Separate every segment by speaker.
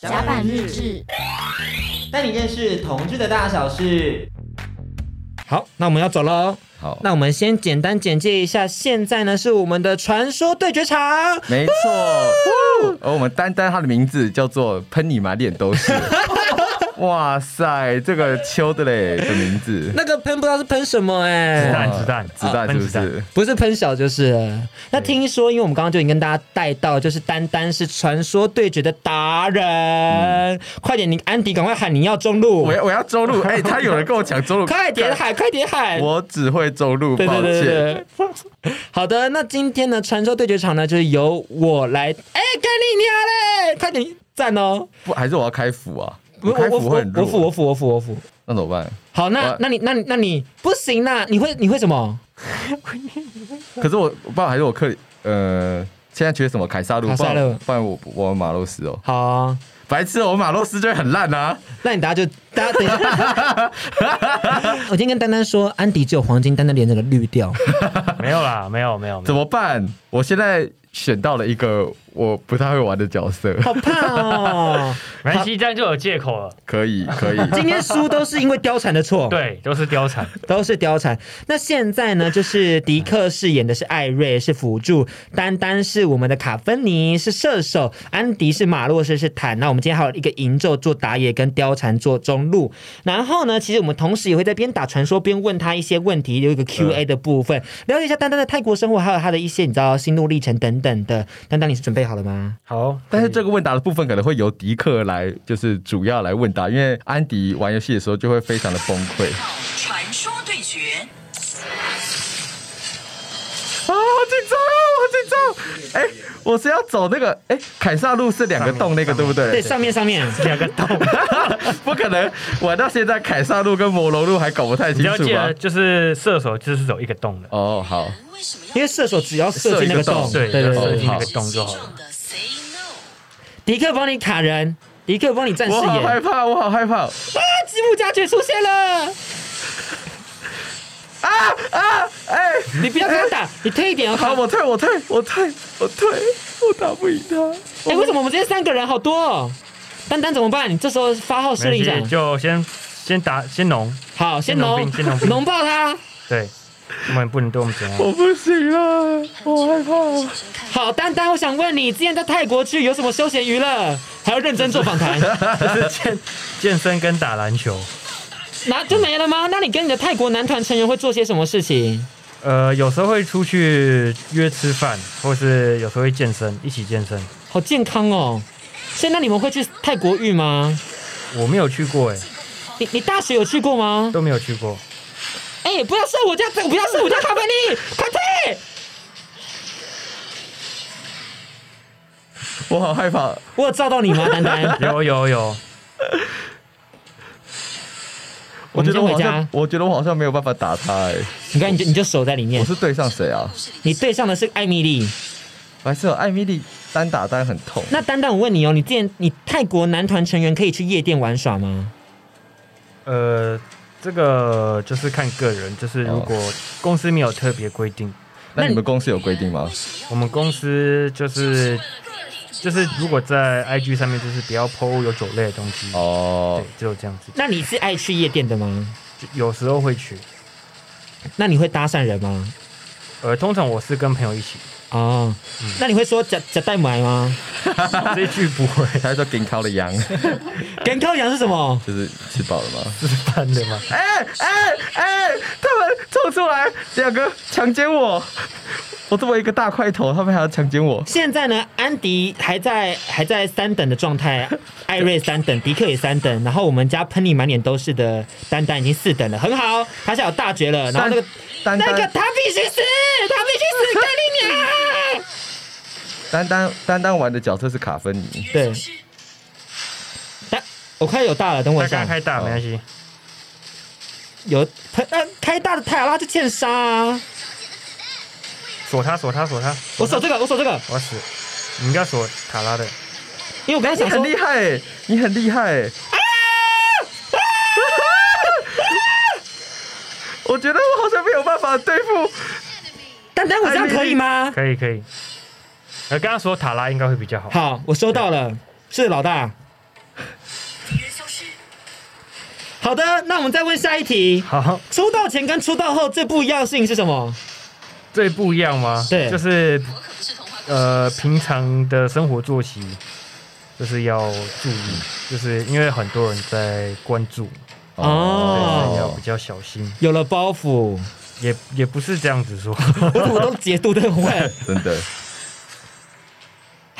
Speaker 1: 甲板日志，
Speaker 2: 带你认识同志的大小事。
Speaker 3: 好，那我们要走哦喽。
Speaker 4: 好，
Speaker 3: 那我们先简单简介一下，现在呢是我们的传说对决场。
Speaker 4: 没错。而我们丹丹她的名字叫做喷你满脸都 是。哇塞，这个秋的嘞的名字，
Speaker 3: 那个啊喷不知道是喷什么哎、
Speaker 5: 子弹子弹啊
Speaker 4: 子弹是不
Speaker 5: 分子
Speaker 4: 是？
Speaker 3: 不是喷小就是了。那听说，因为我们刚刚就已经跟大家带到，就是丹丹是传说对决的达人，快点，你安迪赶快喊嗯你要中路
Speaker 4: 我，要我要周路，哎，他有人跟我抢周 路，
Speaker 3: 快点喊，快点喊。
Speaker 4: 我只会周路，
Speaker 3: 对
Speaker 4: 抱
Speaker 3: 对对
Speaker 4: 歉。
Speaker 3: 对，对 好的，那今天的传说对决场呢，就是由我来，哎、该你娘嘞，快点赞哦！
Speaker 4: 不，还是我要开斧啊？
Speaker 3: 不
Speaker 4: 开
Speaker 3: 我
Speaker 4: 斧会很
Speaker 3: 我我服
Speaker 4: 弱，
Speaker 3: 我服我服我服。
Speaker 4: 那怎么办？
Speaker 3: 好，那
Speaker 4: 我
Speaker 3: 那你那你那你不行啦，你会你会什么？
Speaker 4: 可是我不然还是我克里，呃，现在缺什么凯撒路？
Speaker 3: 凯
Speaker 4: 不
Speaker 3: 撒
Speaker 4: 然
Speaker 3: 路
Speaker 4: 不然我我马洛斯哦，
Speaker 3: 好啊、
Speaker 4: 白痴哦，我马洛斯就会很烂啊。
Speaker 3: 那你大家就大家等一下。 我今天跟丹丹说，安迪只有黄金，丹丹连这个绿掉。
Speaker 5: 没有啦，没有没有，没
Speaker 4: 怎
Speaker 5: 有
Speaker 4: 么办？我现在选到了一个我不太会玩的角色，
Speaker 3: 好怕哦！
Speaker 5: 没关系，这样就有借口了。
Speaker 4: 可以可 以。
Speaker 3: 今天输都是因为貂蝉的
Speaker 4: 哦
Speaker 3: 错，，
Speaker 5: 对，都是貂蝉，
Speaker 3: 都是貂蝉。那现在呢，就是迪克饰演的是艾瑞，是辅助；丹丹是我们的卡芬尼，是射手；安迪是马洛斯，是坦。那我们今天还有一个银咒做打野，跟貂蝉做中路。然后呢，其实我们同时也会在边打传说边问他一些问题，有一个 Q A 的部分，了解一下丹丹的泰国生活，还有他的一些你知道心路历程等等的。丹丹，你是准备好了吗？
Speaker 5: 好，
Speaker 4: 但是这个问答的部分可能会由迪克来，就是主要来问答，因为安迪玩游戏的时候就会非常的崩溃啊，
Speaker 6: 传说对决，
Speaker 4: 好紧张啊，好紧张！哎、我是要走那个，哎、凯撒路是两个洞那个对不
Speaker 3: 对，
Speaker 4: 对？
Speaker 3: 上面上面。
Speaker 5: 两个洞，
Speaker 4: 不可能玩到现在，凯撒路跟摩罗路还搞不太
Speaker 5: 你
Speaker 4: 清
Speaker 5: 要
Speaker 4: 楚
Speaker 5: 记
Speaker 4: 吧
Speaker 5: 得，？就是射手就是走一个洞的，
Speaker 4: 哦，好，
Speaker 6: 为什么要
Speaker 3: 因为射手只要射进那个洞，
Speaker 5: 射一个
Speaker 3: 对对对
Speaker 5: 洞对射
Speaker 3: 对
Speaker 5: 进，那个
Speaker 6: 直
Speaker 5: 洞就
Speaker 6: 击
Speaker 5: 好了
Speaker 6: 中的 say no？
Speaker 3: 迪克帮你卡人，迪克帮你占视
Speaker 4: 我好
Speaker 3: 野，
Speaker 4: 害
Speaker 3: 啊，
Speaker 4: 怕，我好害怕
Speaker 3: 吉姆加爵出现了，
Speaker 4: 啊！哎、
Speaker 3: 你不要跟他打，你退一点
Speaker 4: 好，
Speaker 3: 哦。
Speaker 4: 我退，我退，我退，我退，我打不赢他。
Speaker 3: 哎，为什么我们今天三个人好多哦？丹丹怎么办？你这时候发号施
Speaker 5: 没
Speaker 3: 令一下
Speaker 5: 关系，，就先先打先农，
Speaker 3: 好，先
Speaker 5: 先农
Speaker 3: 农
Speaker 5: 兵先农兵
Speaker 3: 农爆他，
Speaker 5: 对，我们不能对我们 怎样，
Speaker 4: 我不行了，我害怕。啊
Speaker 6: 小声看，
Speaker 3: 好，丹丹，我想问你，之前在泰国去有什么休闲娱乐？还要认真做访 谈，
Speaker 5: 就是健健身跟打篮球，
Speaker 3: 那就没了吗？那你跟你的泰国男团成员会做些什么事情？
Speaker 5: 呃，有时候会出去约吃饭，或是有时候会健身，一起健身。
Speaker 3: 好健康哦。所以那你们会去泰国浴吗？
Speaker 5: 我没有去过，哎，
Speaker 3: 你你大学有去过吗？
Speaker 5: 都没有去过。
Speaker 3: 哎、不要射我家，不要射我家卡芬尼，快退！
Speaker 4: 我好害怕。
Speaker 3: 我有照到你吗，丹丹？
Speaker 5: 有有有，
Speaker 3: 我
Speaker 4: 我
Speaker 3: 们
Speaker 4: 觉
Speaker 3: 先
Speaker 4: 得我
Speaker 3: 回
Speaker 4: 好
Speaker 3: 家
Speaker 4: 像，。我觉得我好像没有办法打他哎、
Speaker 3: 你看，你就你就守在里面
Speaker 4: 我。是对上谁啊？
Speaker 3: 你对上的是艾米丽。
Speaker 4: 白色艾米丽单打单很痛。
Speaker 3: 那丹丹，我问你哦，你之前你泰国男团成员可以去夜店玩耍吗？
Speaker 5: 呃，这个就是看个人，就是如果公司没有特别规定，
Speaker 4: 那你们公司有规定吗？
Speaker 5: 我们公司就是就是如果在 IG 上面就是不要 PO 有酒类的东西，
Speaker 4: 哦
Speaker 5: 对，，只有这样子。
Speaker 3: 那你是爱去夜店的吗？
Speaker 5: 就有时候会去，
Speaker 3: 那你会搭讪人吗？
Speaker 5: 呃，通常我是跟朋友一起，
Speaker 3: 哦，那你会说假假带买吗？
Speaker 5: 这一句不会
Speaker 4: 他说顶靠的羊，
Speaker 3: 跟高阳是什么？
Speaker 4: 就是吃饱了吗？
Speaker 5: 是班的吗？
Speaker 4: 哎哎哎，他们冲出来，两个强奸我，我这么一个大块头，他们还要强奸我。
Speaker 3: 现在呢，安迪还在还在三等的状态，艾瑞三等，迪克也三等，然后我们家喷你满脸都是的丹丹已经四等了，很好，他现在有大绝了，然后那个
Speaker 4: 丹丹
Speaker 3: 那个他必须死，他必须死，给 你娘！
Speaker 4: 丹丹丹丹玩的角色是卡芬尼，
Speaker 3: 对，但我快有大了，等我
Speaker 5: 大
Speaker 3: 一
Speaker 5: 家
Speaker 3: 下，
Speaker 5: 开大没关系，
Speaker 3: 有他呃开大的太好了，他就欠杀啊！
Speaker 5: 锁他锁他锁他，
Speaker 3: 我守这个，我守这个，
Speaker 5: 我要死！你应该锁塔拉的，
Speaker 3: 因为我刚才
Speaker 4: 你
Speaker 3: 想
Speaker 4: 很
Speaker 3: 说
Speaker 4: 厉害、欸，你很厉害、欸。 我觉得我好像没有办法对付
Speaker 3: 丹丹，我这样可以
Speaker 4: 哎
Speaker 3: 吗？
Speaker 5: 可以可以。呃，刚刚锁塔拉应该会比较好。
Speaker 3: 好，我收到了，是老大，好的，那我们再问下一题。
Speaker 5: 好，
Speaker 3: 出道前跟出道后最不一样的事情是什么？
Speaker 5: 最不一样吗？
Speaker 3: 对
Speaker 5: 就是
Speaker 6: 我可不是童话故事。
Speaker 5: 呃，平常的生活作息就是要注意，就是因为很多人在关注，
Speaker 4: 哦
Speaker 3: 哦
Speaker 5: 所以要比较小心。
Speaker 3: 有了包袱，
Speaker 5: 也也不是这样 子说，
Speaker 3: 我怎么都解读的很会。
Speaker 4: 真的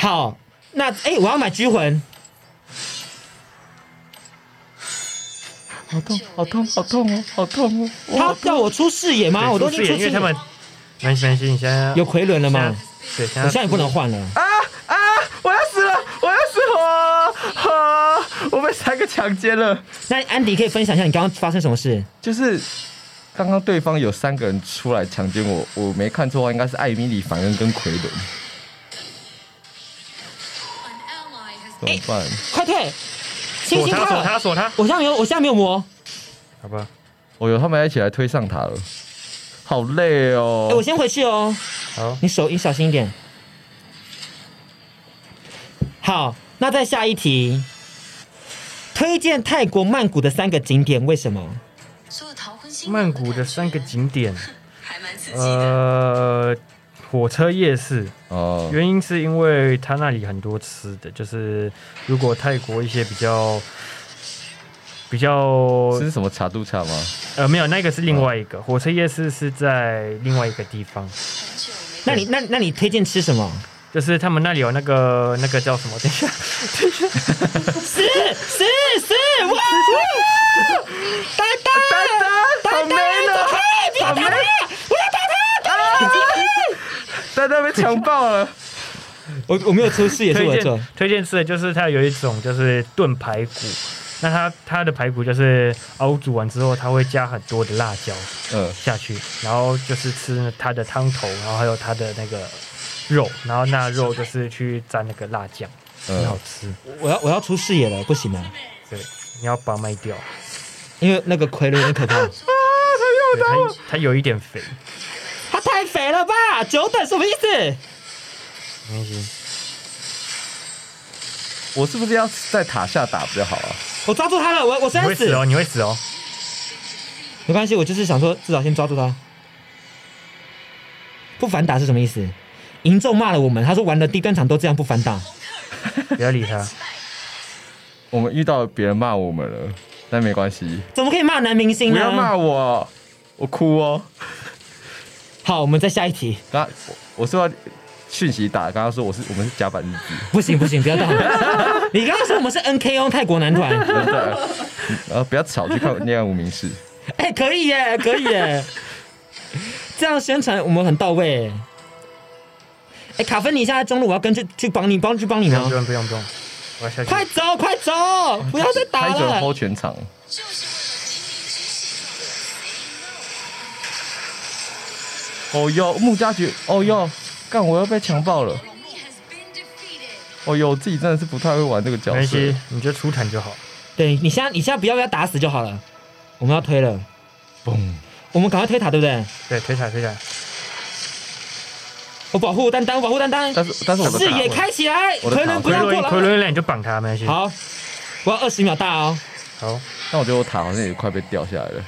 Speaker 3: 好，那哎、我要买拘魂，
Speaker 4: 好痛，好痛，好痛哦，好痛哦！
Speaker 3: 他要我出视野吗？我都已经
Speaker 5: 对
Speaker 3: 出
Speaker 5: 出
Speaker 3: 视
Speaker 5: 因
Speaker 3: 野，
Speaker 5: 为他们蛮担心你现在
Speaker 3: 有奎伦了吗？
Speaker 5: 对，现在
Speaker 3: 我现在也不能换了。
Speaker 4: 啊啊！我要死了，我要死了！啊！我被三个强奸了。
Speaker 3: 那安迪可以分享一下你刚刚发生什么事？
Speaker 4: 就是刚刚对方有三个人出来强奸我，我没看错的话，应该是艾米丽、凡恩跟奎伦。怎么办？
Speaker 3: 快退，清
Speaker 5: 锁
Speaker 3: 新
Speaker 5: 他锁
Speaker 3: 他
Speaker 5: 他锁他，
Speaker 3: 我现在没有，我现在没有魔。
Speaker 5: 好吧，
Speaker 4: 我哦有他们要一起来推上塔了，好累
Speaker 3: 哎、
Speaker 4: 哦。
Speaker 3: 我先回去哦。
Speaker 5: 好，
Speaker 3: 你手你小心一点。好，那再下一题，推荐泰国曼谷的三个景点，为什么？
Speaker 6: 做逃婚新娘
Speaker 5: 曼谷的三个
Speaker 6: 感觉
Speaker 5: 景点，
Speaker 6: 还蛮刺激的。
Speaker 5: 呃，火车夜市，
Speaker 4: 哦，
Speaker 5: 原因是因为它那里很多吃的，就是如果泰国一些比较比较
Speaker 4: 这是什么茶都茶吗？
Speaker 5: 呃没有那个是另外一个火车夜市是在另外一个地方，
Speaker 6: 很久没
Speaker 3: 那你那那你推荐吃什么？
Speaker 5: 就是他们那里有那个那个叫什么？等一下，
Speaker 3: 是是是，哇！呆呆呆呆，啊哎不要打他，不要打
Speaker 4: 大家被强暴了。
Speaker 3: 他！我我没有出事，也是我
Speaker 5: 推
Speaker 3: 的错
Speaker 5: 荐。推荐吃的就是它有一种就是炖排骨，那它它的排骨就是熬煮完之后，它会加很多的辣椒
Speaker 4: 嗯，
Speaker 5: 下去，然后就是吃它的汤头，然后还有它的那个肉，然后那肉就是去蘸那个辣酱，
Speaker 4: 嗯
Speaker 5: 很好吃。
Speaker 3: 我要我要出视野了，不行了，
Speaker 5: 对，你要把它卖掉，
Speaker 3: 因为那个傀儡很可怕，
Speaker 5: 对它它有一点肥，
Speaker 3: 他太肥了吧？久等什么意思？
Speaker 5: 没关系。
Speaker 4: 我是不是要在塔下打比较好啊？
Speaker 3: 我抓住他了，我我
Speaker 5: 你
Speaker 3: 摔
Speaker 5: 会
Speaker 3: 死
Speaker 5: 死哦，你会死哦。
Speaker 3: 没关系，我就是想说，至少先抓住他。不反打是什么意思？银众骂了我们，他说玩了低端场都这样不反打。
Speaker 5: 不要理他，
Speaker 4: 我们遇到别人骂我们了，但没关系，
Speaker 3: 怎么可以骂男明星
Speaker 4: 不要
Speaker 3: 呢？
Speaker 4: 骂我，我哭哦。
Speaker 3: 好，我们再下一题。
Speaker 4: 刚我我是要讯息打，刚刚说我是我们是甲板日记，
Speaker 3: 不行不行，不要动。你刚刚说我 们是 NKO 泰国男团，
Speaker 4: 真的。然后不要吵，去看《恋爱无名氏》。
Speaker 3: 哎、可以耶，可以耶。这样宣传我们很到位耶。哎、卡芬，你现在中路，我要跟去去帮你，帮去帮你
Speaker 5: 不用
Speaker 3: 吗
Speaker 5: 不？用不用不用，我要下去。
Speaker 3: 快走，快走，不要再打
Speaker 4: 拍手
Speaker 3: 了。
Speaker 4: hold 全场，
Speaker 6: 就是为了精明之细的 say
Speaker 4: 哦哟，穆家爵，哦哟，干我又被强暴了，
Speaker 6: no。Enemy has been defeated。
Speaker 4: 哦哟，我自己真的是不太会玩这个角
Speaker 5: 没关
Speaker 4: 色
Speaker 5: 系，，你就出坦就好。
Speaker 3: 对你现在，你现在不要被他打死就好了。我们要推了，
Speaker 4: 嘣，
Speaker 3: 我们赶快推塔，对不对？
Speaker 5: 对，推塔推塔，
Speaker 3: 我保护丹丹，我保护丹丹，
Speaker 4: 但是但是我的
Speaker 3: 视
Speaker 4: 塔
Speaker 3: 野开起来，
Speaker 4: 我的塔
Speaker 3: 奎伦不
Speaker 5: 奎
Speaker 3: 要
Speaker 5: 伦奎
Speaker 3: 过来。
Speaker 5: 伦来你就绑他，没关系。
Speaker 3: 好，我要二十秒大哦。
Speaker 5: 好，
Speaker 4: 但我觉得我塔好像也快被掉下来了，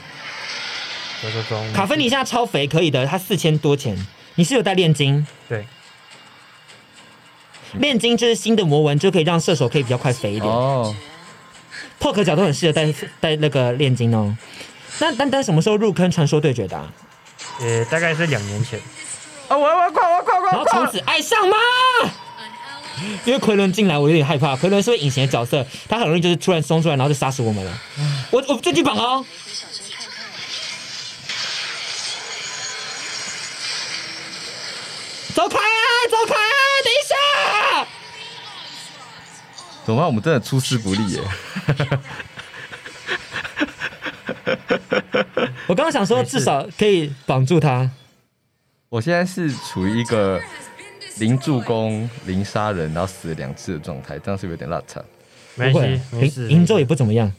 Speaker 5: 走走走。
Speaker 3: 卡芬，你现在超肥，可以的，他四千多钱。你是有带炼金，
Speaker 4: 嗯
Speaker 5: 对，
Speaker 3: 炼金就是新的魔纹，就可以让射手可以比较快肥一点。
Speaker 4: 哦，
Speaker 3: 破壳角都很适合带带那个炼金哦。那丹丹什么时候入坑传说对决的啊、
Speaker 5: 呃，大概是两年前。
Speaker 4: 啊，我要玩挂，我要挂，我
Speaker 3: 然
Speaker 4: 要
Speaker 3: 后从
Speaker 4: 挂，
Speaker 3: 此爱上吗？因为奎伦进来，我有点害怕。奎伦是会隐形的角色，他很容易就是突然松出来，然后就杀死我们了。我我最近榜哦，走开啊，走开啊！等一下，
Speaker 4: 怎么办？我们真的出师不利耶，
Speaker 3: 我刚刚想说，
Speaker 5: 没事
Speaker 3: 至少可以绑住他。
Speaker 4: 我现在是处于一个零助攻、零杀人，然后死了两次的状态，这样是不是有点落差？
Speaker 5: 没
Speaker 3: 不
Speaker 5: 关
Speaker 3: 会
Speaker 5: 系，，没事。
Speaker 3: 银银咒也不怎么样，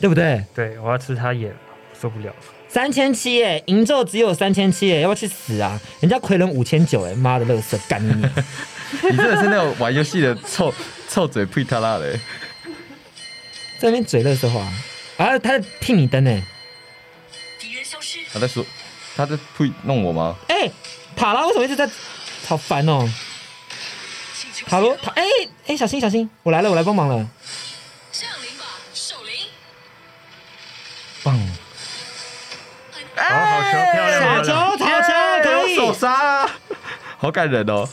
Speaker 3: 对不对？
Speaker 5: 对，我要吃他也受不了了。
Speaker 3: 三千七耶，银咒只有三千七耶，要不要去死啊？人家奎伦五千九哎，妈的，乐色干 你！
Speaker 4: 你真的是那种玩游 戏的臭臭嘴屁他拉嘞，
Speaker 3: 在那边嘴乐色话，啊，他在替你登呢、
Speaker 6: 敌人消失，
Speaker 4: 他在说，他在推弄我吗？
Speaker 3: 哎、塔拉为什么一直在？好烦哦、
Speaker 6: 请求
Speaker 3: 塔罗塔，哎、哎、小心小心，我来了，我来帮忙了。
Speaker 6: 降临吧，守灵。
Speaker 4: 棒！
Speaker 5: 好好球，
Speaker 4: 哎
Speaker 5: 漂亮
Speaker 3: 打
Speaker 5: 漂
Speaker 3: 哎球
Speaker 5: 亮！
Speaker 3: 打球可以
Speaker 4: 手杀啊，好感人哦。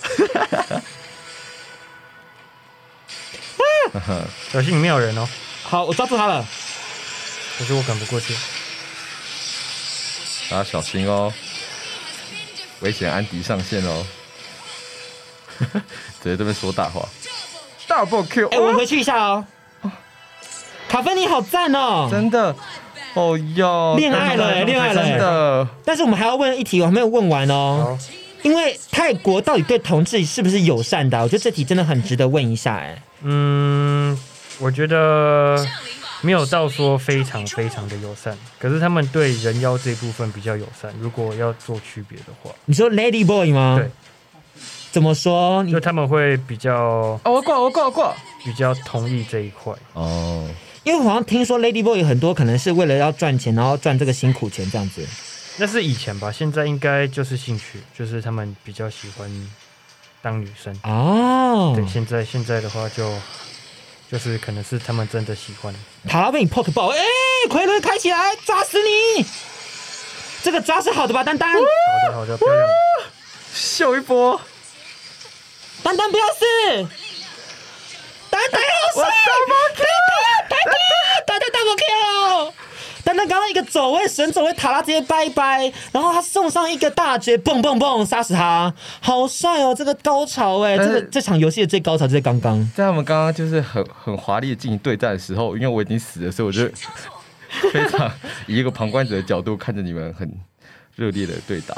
Speaker 5: 小心里面有人哦，
Speaker 3: 好，我抓住他了。
Speaker 5: 可是我赶不过去。
Speaker 4: 大家小心哦，危险！安迪上线哦， 直接这边说大话。Double Q，
Speaker 3: 哎、我回去一下哦、卡芬尼好赞哦、
Speaker 4: 真的，哦哟，
Speaker 3: 恋爱了
Speaker 4: 真的
Speaker 3: 恋爱了
Speaker 4: 哎真的，
Speaker 3: 但是我们还要问一题，我还没有问完哦、
Speaker 5: 好，
Speaker 3: 因为泰国到底对同志是不是友善的啊、我觉得这题真的很值得问一下、哎，
Speaker 5: 嗯，我觉得没有到说非常非常的友善，可是他们对人妖这部分比较友善。如果要做区别的话，
Speaker 3: 你说 Lady Boy 吗？
Speaker 5: 对。
Speaker 3: 怎么说？你
Speaker 5: 就他们会比较
Speaker 4: 哦，我过，我过，我过。
Speaker 5: 比较同意这一块。
Speaker 4: 哦，
Speaker 3: 因为我好像听说 Lady Boy 很多可能是为了要赚钱，然后赚这个辛苦钱这样子。
Speaker 5: 那是以前吧，现在应该就是兴趣，就是他们比较喜欢当女生。
Speaker 3: 哦，
Speaker 5: 对，现在现在的话就就是可能是他们真的喜欢。
Speaker 3: 塔拉被你 poke 爆，哎、奎伦开起来，抓死你！这个抓是好的吧，丹丹？
Speaker 5: 好的好的，漂亮。
Speaker 4: 秀一波！
Speaker 3: 丹丹不要死！丹丹要死！丹丹丹丹丹丹 double kill！丹丹刚刚一个走位神走位，塔拉直接拜拜，然后他送上一个大绝，蹦蹦蹦，杀死他，好帅哦！这个高潮哎、
Speaker 4: 但
Speaker 3: 这
Speaker 4: 是
Speaker 3: 个这场游戏的最高潮就是刚刚。
Speaker 4: 在他们刚刚就是很很华丽的进行对战的时候，因为我已经死了，所以我就非常 以一个旁观者的角度看着你们很热烈的对打。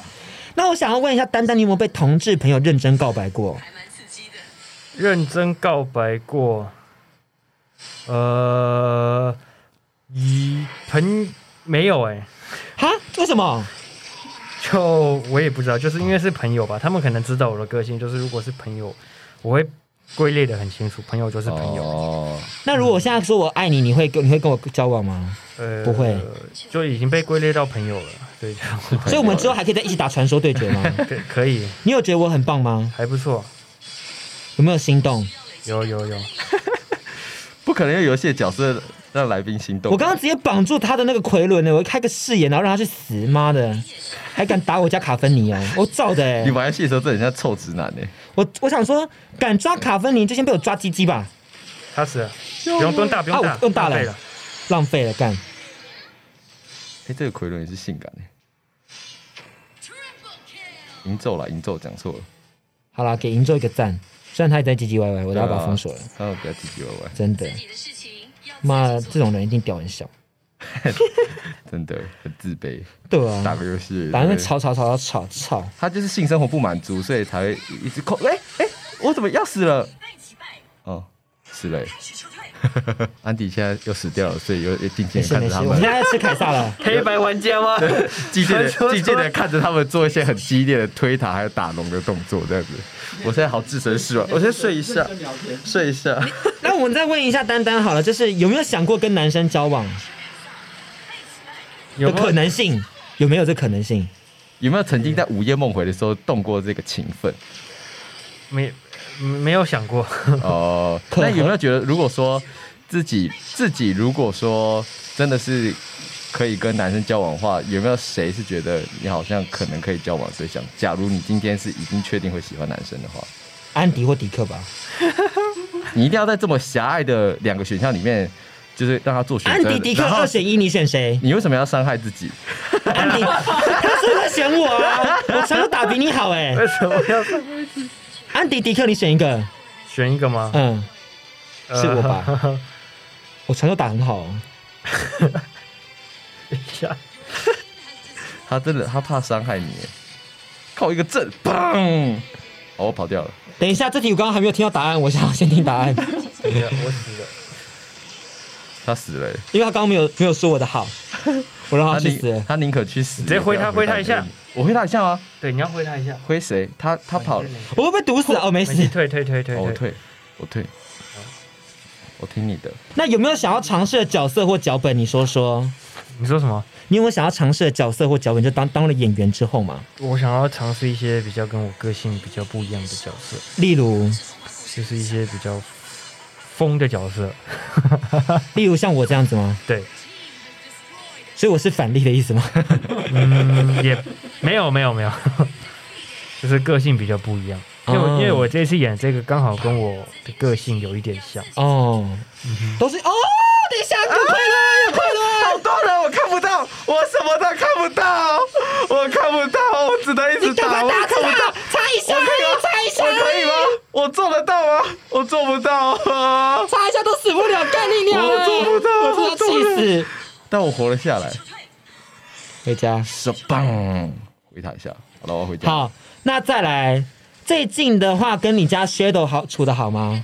Speaker 3: 那我想要问一下，丹丹，你有没有被同志朋友认真告白过？
Speaker 6: 还蛮刺激的。
Speaker 5: 认真告白过，呃，以朋没有哎、
Speaker 3: 哈？为什么？
Speaker 5: 就我也不知道，就是因为是朋友吧，他们可能知道我的个性，就是如果是朋友，我会归类的很清楚，朋友就是朋友，
Speaker 4: 哦，
Speaker 3: 那如果我现在说我爱你，你会跟你会跟我交往吗？
Speaker 5: 呃，
Speaker 3: 不会，
Speaker 5: 就已经被归类到朋友了，对， 就
Speaker 3: 所以我们之后还可以在一起打传说对决 吗？
Speaker 5: 可可以，
Speaker 3: 你有觉得我很棒吗？
Speaker 5: 还不错，
Speaker 3: 有没有心动？
Speaker 5: 有有有，
Speaker 4: 不可能用游戏的角色让来宾心动。
Speaker 3: 我刚刚直接绑住他的那个奎伦呢，我开个誓言，然后让他去死，妈的，还敢打我家卡芬尼哦！ 我照的哎、
Speaker 4: 你玩游戏的时候，真的很像臭直男呢、欸
Speaker 3: 我我想说，敢抓卡芬尼就先被我抓鸡鸡吧，
Speaker 5: 他死了，不用不用大，不用
Speaker 3: 啊
Speaker 5: 大
Speaker 3: 我，用大了
Speaker 5: 浪费
Speaker 3: 浪费了干。
Speaker 4: 哎、这个奎伦也是性感呢、
Speaker 6: Triple kill，
Speaker 4: 欸。银咒啦，银咒讲错了，
Speaker 3: 好啦，给银座一个赞，虽然他也在唧唧歪歪，我都要把他封锁了，
Speaker 4: 对啊。啊，不要唧唧歪歪，
Speaker 3: 真的
Speaker 6: 自。己的事情要自己
Speaker 3: 妈，
Speaker 6: 做
Speaker 3: 这种人一定屌很小。
Speaker 4: 真的很自卑。
Speaker 3: 对
Speaker 4: 打
Speaker 3: 啊，
Speaker 4: 个游戏，
Speaker 3: 打那
Speaker 4: 对
Speaker 3: 吵吵吵吵吵吵，
Speaker 4: 他就是性生活不满足，所以才会一直扣。哎、哎、我怎么要死了？
Speaker 6: 被击败，
Speaker 4: 哦，死了、欸。
Speaker 6: 去撤退。
Speaker 4: 安迪现在又死掉了，所以又又静静
Speaker 3: 没
Speaker 4: 地
Speaker 3: 事
Speaker 4: 看
Speaker 3: 没
Speaker 4: 着
Speaker 3: 事，
Speaker 4: 他
Speaker 3: 我们现在
Speaker 4: 们，
Speaker 3: 在吃凯撒了。
Speaker 5: 黑白玩家吗？
Speaker 4: 静静的
Speaker 5: 传说
Speaker 4: 静静的看着他们做一些很激烈的推塔还有打龙的动作，这样子。我现在好置身事外，我先睡一下，睡一下。
Speaker 3: 那我们再问一下丹丹好了，就是有没有想过跟男生交往
Speaker 5: 有
Speaker 3: 的
Speaker 5: 没有
Speaker 3: 可能性？有没有这可能性？
Speaker 4: 有没有曾经在午夜梦回的时候动过这个情分？
Speaker 5: 没没有想过，
Speaker 4: 哦，
Speaker 3: 可
Speaker 4: 那
Speaker 3: 能
Speaker 4: 有没有觉得，如果说自己自己如果说真的是可以跟男生交往的话，有没有谁是觉得你好像可能可以交往的对象？假如你今天是已经确定会喜欢男生的 话，
Speaker 3: 安迪或迪克吧？
Speaker 4: 你一定要在这么狭隘的两个选项里面，就是让他做选
Speaker 3: 安
Speaker 4: 择。
Speaker 3: 迪、迪克
Speaker 4: 然后
Speaker 3: 二选一，你选谁？
Speaker 4: 你为什么要伤害自己？
Speaker 3: 安迪，他是不是选我啊？我常常打比你好哎、
Speaker 5: 为什么要
Speaker 3: 安迪、迪克，你选一个，
Speaker 5: 选一个吗？
Speaker 3: 嗯，
Speaker 5: 呃
Speaker 3: 是我吧？我传球打很好、哦，
Speaker 5: 等一 下，
Speaker 4: 他真的他怕伤害你耶，靠一个正，砰！哦，我跑掉了。
Speaker 3: 等一下，这题我刚刚还没有听到答案，我想要先听答案，
Speaker 5: 等一下我死了。
Speaker 4: 他死了耶，
Speaker 3: 因为他刚刚没有没有说我的好，我让
Speaker 4: 他
Speaker 3: 他去
Speaker 4: 宁
Speaker 3: 死了。
Speaker 4: 他宁可去死。
Speaker 5: 直接挥他
Speaker 4: 也不要
Speaker 5: 挥他一下
Speaker 4: 回答你，我挥他一下啊吗？
Speaker 5: 对，你要回他一下。
Speaker 4: 挥谁？
Speaker 5: 啊
Speaker 4: 他他跑了，
Speaker 5: 没事
Speaker 3: 我会不会毒死啊？哦，没
Speaker 5: 没事，
Speaker 3: 事，
Speaker 5: 退退退退
Speaker 4: 哦，我
Speaker 5: 退。
Speaker 4: 退，我退，我听你的。
Speaker 3: 那有没有想要尝试的角色或脚本？你说说，
Speaker 5: 你说什么？
Speaker 3: 你有没有想要尝试的角色或脚本？就当当了演员之后嘛，
Speaker 5: 我想要尝试一些比较跟我个性比较不一样的角色，
Speaker 3: 例如，
Speaker 5: 就是一些比较疯的角色。
Speaker 3: 例如像我这样子吗？
Speaker 5: 对，
Speaker 3: 所以我是反例的意思 吗？
Speaker 5: 嗯，也没有没有 没有，就是个性比较不一样。因为我、
Speaker 3: 哦
Speaker 5: 因为我这次演这个刚好跟我的个性有一点像，
Speaker 3: 哦，
Speaker 4: 嗯
Speaker 3: 都是哦，等一下，有快乐，
Speaker 4: 哎
Speaker 3: 有快乐，
Speaker 4: 好多人我看不到，我什么都看不到，我看不到，我只能一直
Speaker 3: 赶快
Speaker 4: 打，我
Speaker 3: 打
Speaker 4: 看不到，
Speaker 3: 擦，擦一下，
Speaker 4: 我可以吗
Speaker 3: 擦一下，
Speaker 4: 我可以吗？我做得到吗？我做不到啊！
Speaker 3: 擦一下都死不了，干你娘
Speaker 4: 我
Speaker 3: 了！
Speaker 4: 做不到
Speaker 3: 我
Speaker 4: 我做
Speaker 3: 真
Speaker 4: 不到
Speaker 3: 的气死！
Speaker 4: 但我活了下来，
Speaker 3: 回家。
Speaker 4: 是棒，回他一下，好了，我要回家。，
Speaker 3: 好，那再来，最近的话跟你家 Shadow 好处的好吗？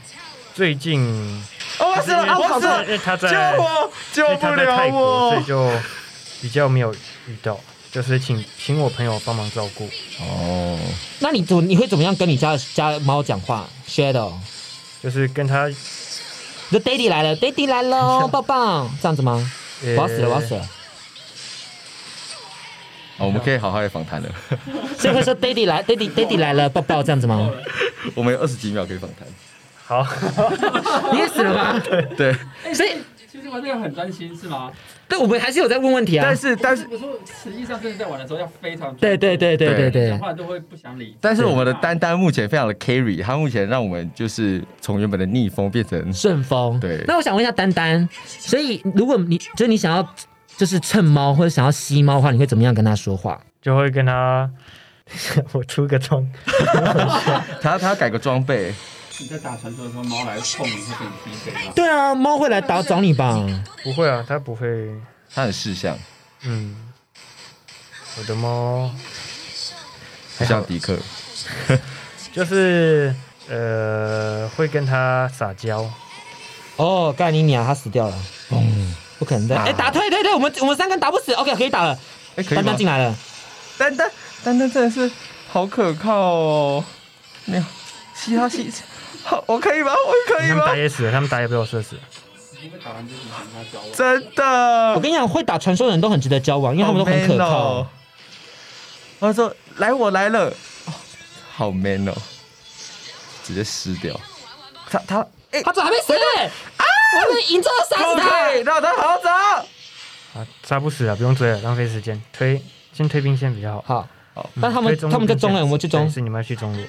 Speaker 5: 最近
Speaker 4: 哦，我死了，
Speaker 5: 因为
Speaker 4: 我死了
Speaker 5: 因，为他
Speaker 4: 救
Speaker 5: 在
Speaker 4: 我，救
Speaker 5: 因为
Speaker 4: 不
Speaker 5: 啊他在
Speaker 4: 了
Speaker 5: 泰
Speaker 4: 我
Speaker 5: 国，所以。就比较没有遇到，就是请请我朋友帮忙照顾。
Speaker 4: 哦，
Speaker 3: 那你怎你会怎么样跟你家家猫讲话？Shadow，
Speaker 5: 就是跟他，
Speaker 3: 你说 Daddy 来了，Daddy 来 了，抱抱，这样子吗？我
Speaker 5: 呃
Speaker 3: 要死了，我要死了。
Speaker 4: 好啊我们可以好好的访谈了，
Speaker 3: 所以会说 Daddy 来，Daddy Daddy 来了，抱抱，这样子吗？
Speaker 4: 我们有二十几秒可以访谈。
Speaker 5: 好，
Speaker 3: 你也死了吗？
Speaker 4: 对，
Speaker 5: 啊
Speaker 3: 所以，
Speaker 1: 其实玩这个很专心，是吗？
Speaker 3: 但我们还是有在问问题啊
Speaker 4: 但。是但是
Speaker 1: 我说，实际上真的在玩的时候要非常
Speaker 3: 对对对对对
Speaker 4: 对
Speaker 3: 对
Speaker 1: 讲，话都会不想理。
Speaker 4: 但是我们的丹丹目前非常的 carry，他目前让我们就是从原本的逆风 变成
Speaker 3: 顺风。
Speaker 4: 对
Speaker 3: 那我想问一下丹丹，所以如果你就是你想要就是蹭猫或者想要吸猫的话，你会怎么样跟他说话？
Speaker 5: 就会跟他， 我出个妆，
Speaker 4: 他他要改个装备，
Speaker 1: 你在打传说的时候，猫来碰你会被你踢飞吗？
Speaker 3: 对啊，猫会来打找你吧？
Speaker 5: 不会啊，他不会，
Speaker 4: 他很识相，
Speaker 5: 嗯，我的猫
Speaker 4: 不像迪克。
Speaker 5: 就是呃会跟他撒娇，
Speaker 3: 哦，盖尼鸟它死掉了，不可能的。
Speaker 4: 啊
Speaker 3: 哎，打退对对，我们我们三个人打不死，OK 可以打了。
Speaker 4: 哎，可以
Speaker 3: 丹
Speaker 4: 吗
Speaker 3: 丹？进来了，
Speaker 4: 丹丹丹丹真的是好可靠哦，没有，嘻哈嘻，好，我可以吗？我可以
Speaker 5: 他们
Speaker 4: 吗
Speaker 5: 打？也死了，他们打也被我射死了，
Speaker 1: 因为打完就是你跟他交往。
Speaker 4: 真 的，
Speaker 3: 我跟你讲，会打传说的人都很值得交往，因为他们都很可
Speaker 4: 好 man
Speaker 3: 靠
Speaker 4: 哦。。他说：“来，我来了。”哦好 man 哦，直接湿掉。他他哎，
Speaker 3: 他怎么还没死？啊！我们赢这杀死
Speaker 4: 不
Speaker 3: 他
Speaker 4: 可以！让他逃走。
Speaker 5: 啊，杀不死了，不用追了，浪费时间，推先推兵线比较好。
Speaker 3: 好
Speaker 4: 好，
Speaker 3: 但他们
Speaker 5: 推中路
Speaker 3: 他们在中了，
Speaker 5: 兵线
Speaker 3: 我们去
Speaker 5: 对
Speaker 3: 中，
Speaker 5: 是你们要去中路，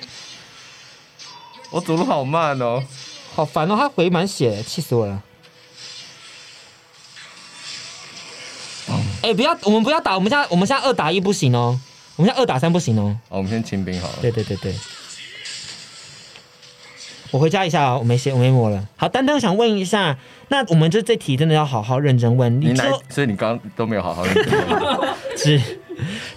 Speaker 4: 我走路好慢哦。
Speaker 3: 好烦哦！他回满血，气死我了。哎、不要，我们不要打，我们现在我们现在二打一不行哦，我们现在二打三不行哦。
Speaker 4: 好，我们先清兵好了。
Speaker 3: 对对对对，我回家一下啊、我没血，我没魔了。好，丹丹，我想问一下，那我们就这题真的要好好认真问。
Speaker 4: 你
Speaker 3: 之
Speaker 4: 哪
Speaker 3: 后？
Speaker 4: 所以你刚刚都没有好好认真问
Speaker 3: 之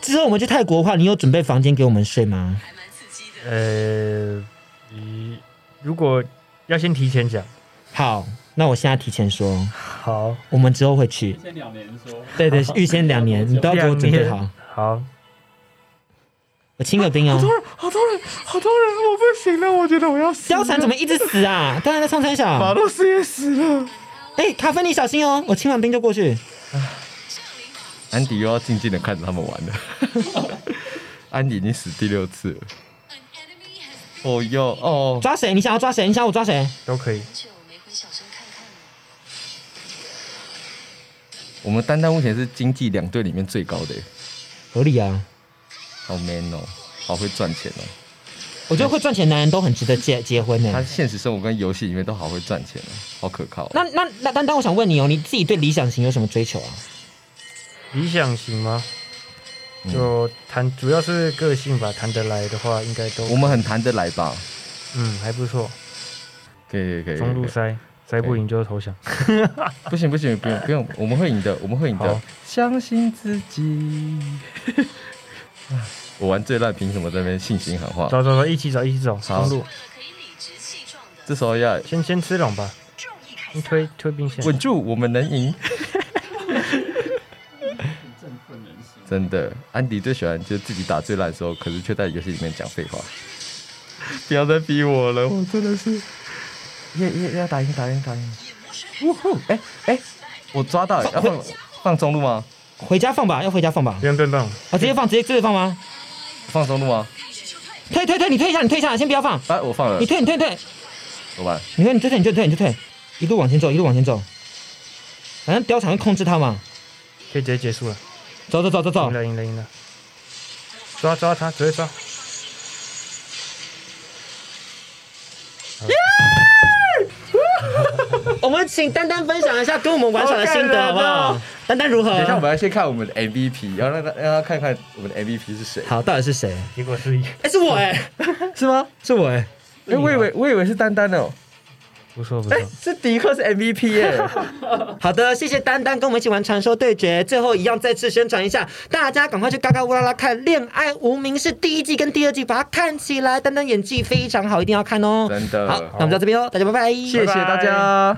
Speaker 3: 之后我们去泰国的话，你有准备房间给我们睡吗？
Speaker 6: 还蛮刺激的。
Speaker 5: 呃，一如果要先提前讲，
Speaker 3: 好，那我现在提前说，
Speaker 5: 好，
Speaker 3: 我们之后会去
Speaker 1: 之。前两年说，
Speaker 3: 对对，预先两 年，你都要给我准备好。
Speaker 5: 好，
Speaker 3: 我清个兵哦。
Speaker 4: 好多人，好多人，我不行了，我觉得我要死了。
Speaker 3: 貂蝉怎么一直死啊？当然在上山
Speaker 4: 马
Speaker 3: 小。
Speaker 4: 洛斯也死了。
Speaker 3: 哎、卡芬，你小心哦！我清完兵就过去。
Speaker 4: 安迪又要静静的看着他们玩了。安迪已经死第六次了。
Speaker 6: An enemy has
Speaker 4: 哦哟哦，
Speaker 3: 抓谁？你想要抓谁？你想要我抓谁？
Speaker 5: 都可以。
Speaker 6: 很久没回小声看看了。
Speaker 4: 我们丹丹目前是经济两队里面最高的耶，
Speaker 3: 合理啊！
Speaker 4: 好 man 哦，好会赚钱哦。
Speaker 3: 我觉得会赚钱的男人都很值得结结婚呢、
Speaker 4: 他现实生活跟游戏里面都好会赚钱哦，好可靠哦。
Speaker 3: 那那那，丹丹，我想问你哦，你自己对理想型有什么追求啊？
Speaker 5: 理想型吗？
Speaker 4: 嗯
Speaker 5: 就谈，主要是个性吧，谈得来的话，应该都
Speaker 4: 我们很谈得来吧？
Speaker 5: 嗯还不错。
Speaker 4: 可以可以可以，
Speaker 5: 中路
Speaker 4: 可以
Speaker 5: 塞，塞不赢就投降。
Speaker 4: 不行不行，不用不用，我们会赢的，我们会赢的
Speaker 5: 好，
Speaker 4: 相信自己。 我玩最烂，凭什么在那边信心喊话？
Speaker 5: 走走走，一起走，一起走，
Speaker 4: 好
Speaker 5: 中路。
Speaker 6: 这可以理直气壮的
Speaker 4: 这时候 要
Speaker 5: 先先吃龙吧，
Speaker 6: 重一开
Speaker 5: 先推推兵线。
Speaker 4: 稳住，我们能赢。
Speaker 1: 很振奋人心。
Speaker 4: 真的，安迪最喜欢就是自己打最烂的时候，可是却在游戏里面讲废话。哦不要再逼我了，我真的是。要要要打赢打赢打赢！
Speaker 3: 呜呼，哎，
Speaker 4: 我抓到了，要放放中路吗？
Speaker 3: 回家放吧，要回家放吧
Speaker 5: 不。用不用不用，
Speaker 3: 啊，直接放，直接直接放吗？
Speaker 4: 放中路吗？
Speaker 3: 退退退，你退一下，你退一下，先不要放，
Speaker 4: 哎，我放了
Speaker 3: 你，退你退你退，
Speaker 4: 我完。
Speaker 3: 你退你退退你就退你就退，一路往前走，一路往前走。反正貂蝉会控制他嘛，
Speaker 5: 可以直接结束了，
Speaker 3: 走走走走走
Speaker 5: 赢，了赢了赢了，抓抓他，直接抓，
Speaker 3: 我们请丹丹分享一下跟我们玩耍的心得好不好？丹丹如何？
Speaker 4: 等一下，我们要先看我们的 MVP，然后让他让他看看我们的 MVP 是谁。
Speaker 3: 好，到底是谁？
Speaker 5: 结果是
Speaker 3: 哎，是我哎，
Speaker 4: 是吗？
Speaker 3: 是我哎，
Speaker 4: 哎，我以为我以为是丹丹哦，
Speaker 5: 不错不错
Speaker 4: 哎，，是迪克是 MVP 耶。
Speaker 3: 好的，谢谢丹丹跟我们一起玩传说对决。最后一样再次宣传一下，大家赶快去嘎嘎乌拉拉看《恋爱无名氏》第一季跟第二季，把它看起来。丹丹演技非常好，一定要看哦。
Speaker 4: 真的
Speaker 3: 好，那我们到这边哦，大家拜拜。谢
Speaker 4: 谢谢大家。